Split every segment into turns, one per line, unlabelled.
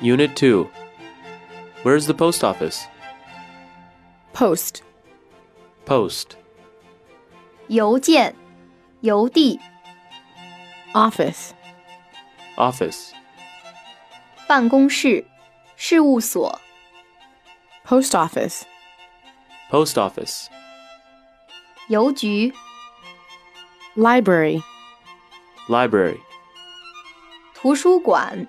Unit 2. Where's the post office?
post,
Post.
邮件、邮递、
office,
Office.
办公室、事务所、
post office,
Post office.
邮局、
library,
Library.
图书馆、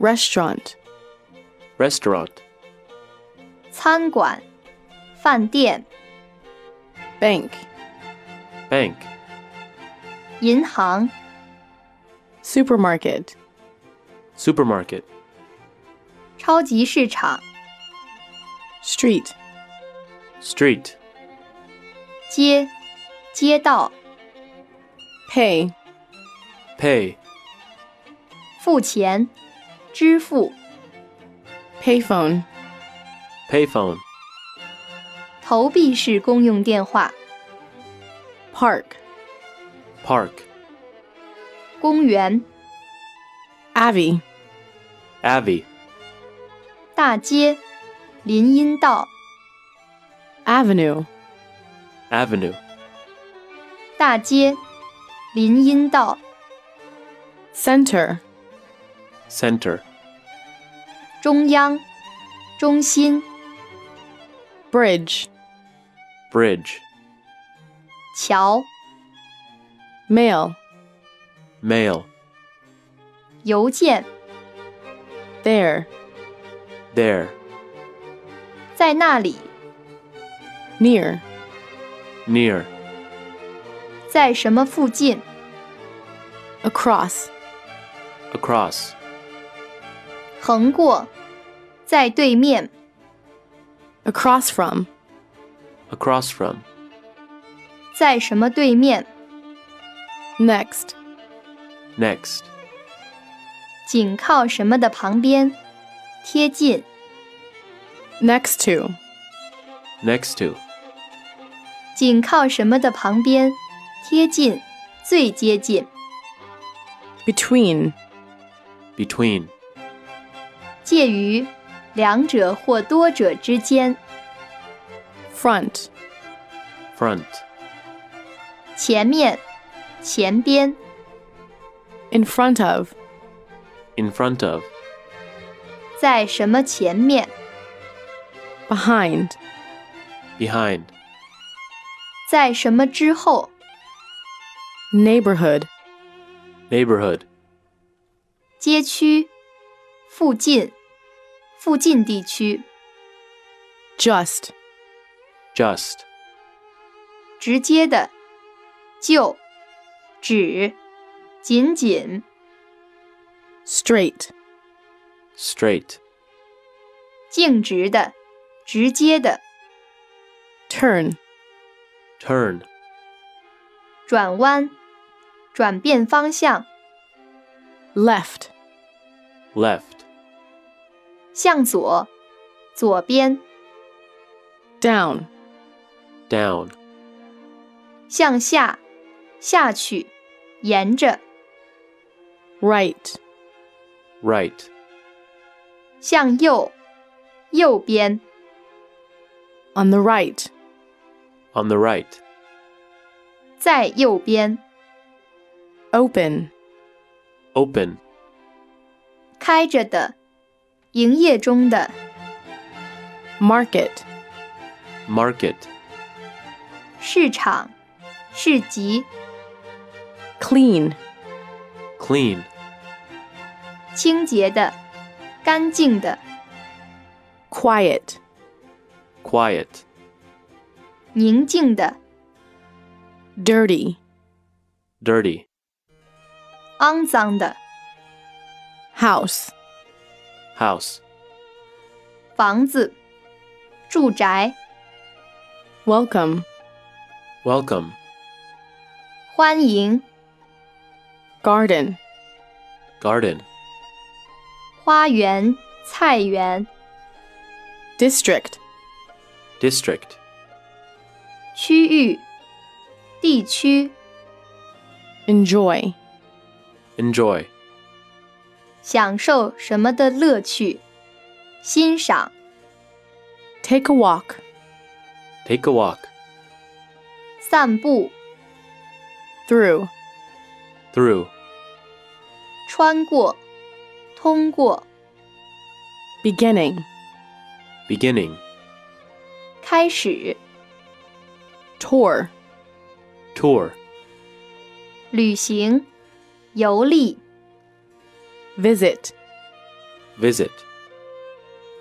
restaurant,
Restaurant.
餐馆、饭店、
bank,
Bank.
银行、
supermarket,
Supermarket.
超级市场、
street,
Street.
街、街道、
pay,
Pay.
付钱、支付、
payphone,
Payphone.
投币式公用电话、
park,
Park.
公园、
avi,
Abbey.
大街、林荫道、
avenue,
Avenue.
大街、林荫道、
center,
Center.
中央、中心、
bridge,
Bridge.
桥、
mail,
Mail.
邮件，
there,
There.
在那里，
near,
Near.
在什么附近，
across,
Across.
横过，在对面，
across from,
Across from.
在什么对面，
next,
Next.
紧靠什么的旁边，贴近，
next to,
Next to.
紧靠什么的旁边，贴近，最接近，
between,
Between.
介于两者或多者之间，
front,
Front.
前面，前边，
in front of,
In front of.
在什么前面，
behind,
Behind.
在什么之后，
neighborhood,
Neighborhood.
街区，附近，附近地区，
just,
Just.
直接的，就，只，仅仅，
straight,
Straight.
径直的，直接的，
turn,
Turn.
转弯，转变方向，
left,
Left.
向左，左边，
down,
Down.
向下，下去，沿着，
right,
Right.
向右，右边，
on the right,
On the right.
在右边，
open,
Open.
开着的，营业中的，
market,
Market.
市场，市集，
clean,
Clean.
清洁的，干净的，
quiet,
Quiet.
宁静的，
dirty,
Dirty.
肮脏的，
house,
House.
房子，住宅，
welcome,
Welcome.
欢迎，
garden,
Garden.
花园，菜园，
district,
District.
区域，地区，
enjoy,
Enjoy.
享享受什么的乐趣，欣赏。
Take a walk.
Take a walk.
散步，
Through.
Through.
穿过，通过，
Beginning.
Beginning.
开始，
Tour.
Tour.
旅行，游历，
Visit.
Visit.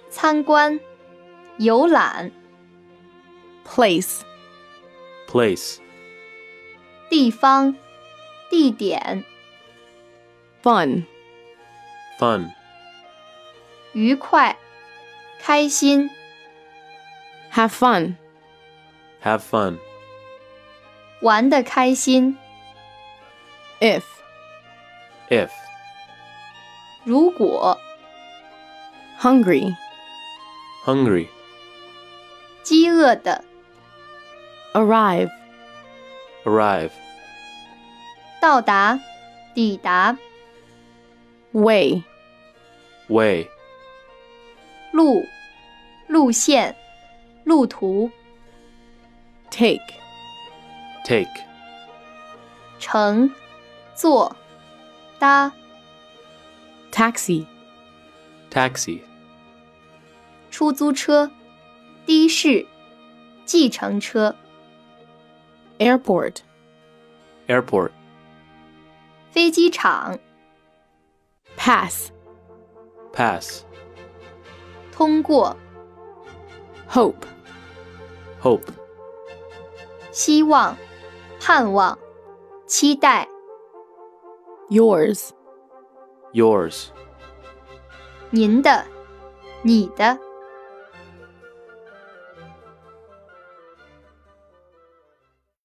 参观，游览，
Place.
Place.
地方，地点，
Fun.
Fun.
愉快，开心，
Have fun.
Have fun.
玩的开心。
If.
If.
如果
Hungry.
Hungry.
饥饿的
Arrive.
Arrive.
到达、抵达、
Way.
Way.
路、路线、路途、
Take.
Take.
乘、坐、搭、
Taxi.
Taxi.
出租车、的士、计程车、
Airport.
Airport.
飞机场、
Pass.
Pass.
通过、
Hope.
Hope.
希望、盼望、期待、
Yours.
Yours.
您的、你的、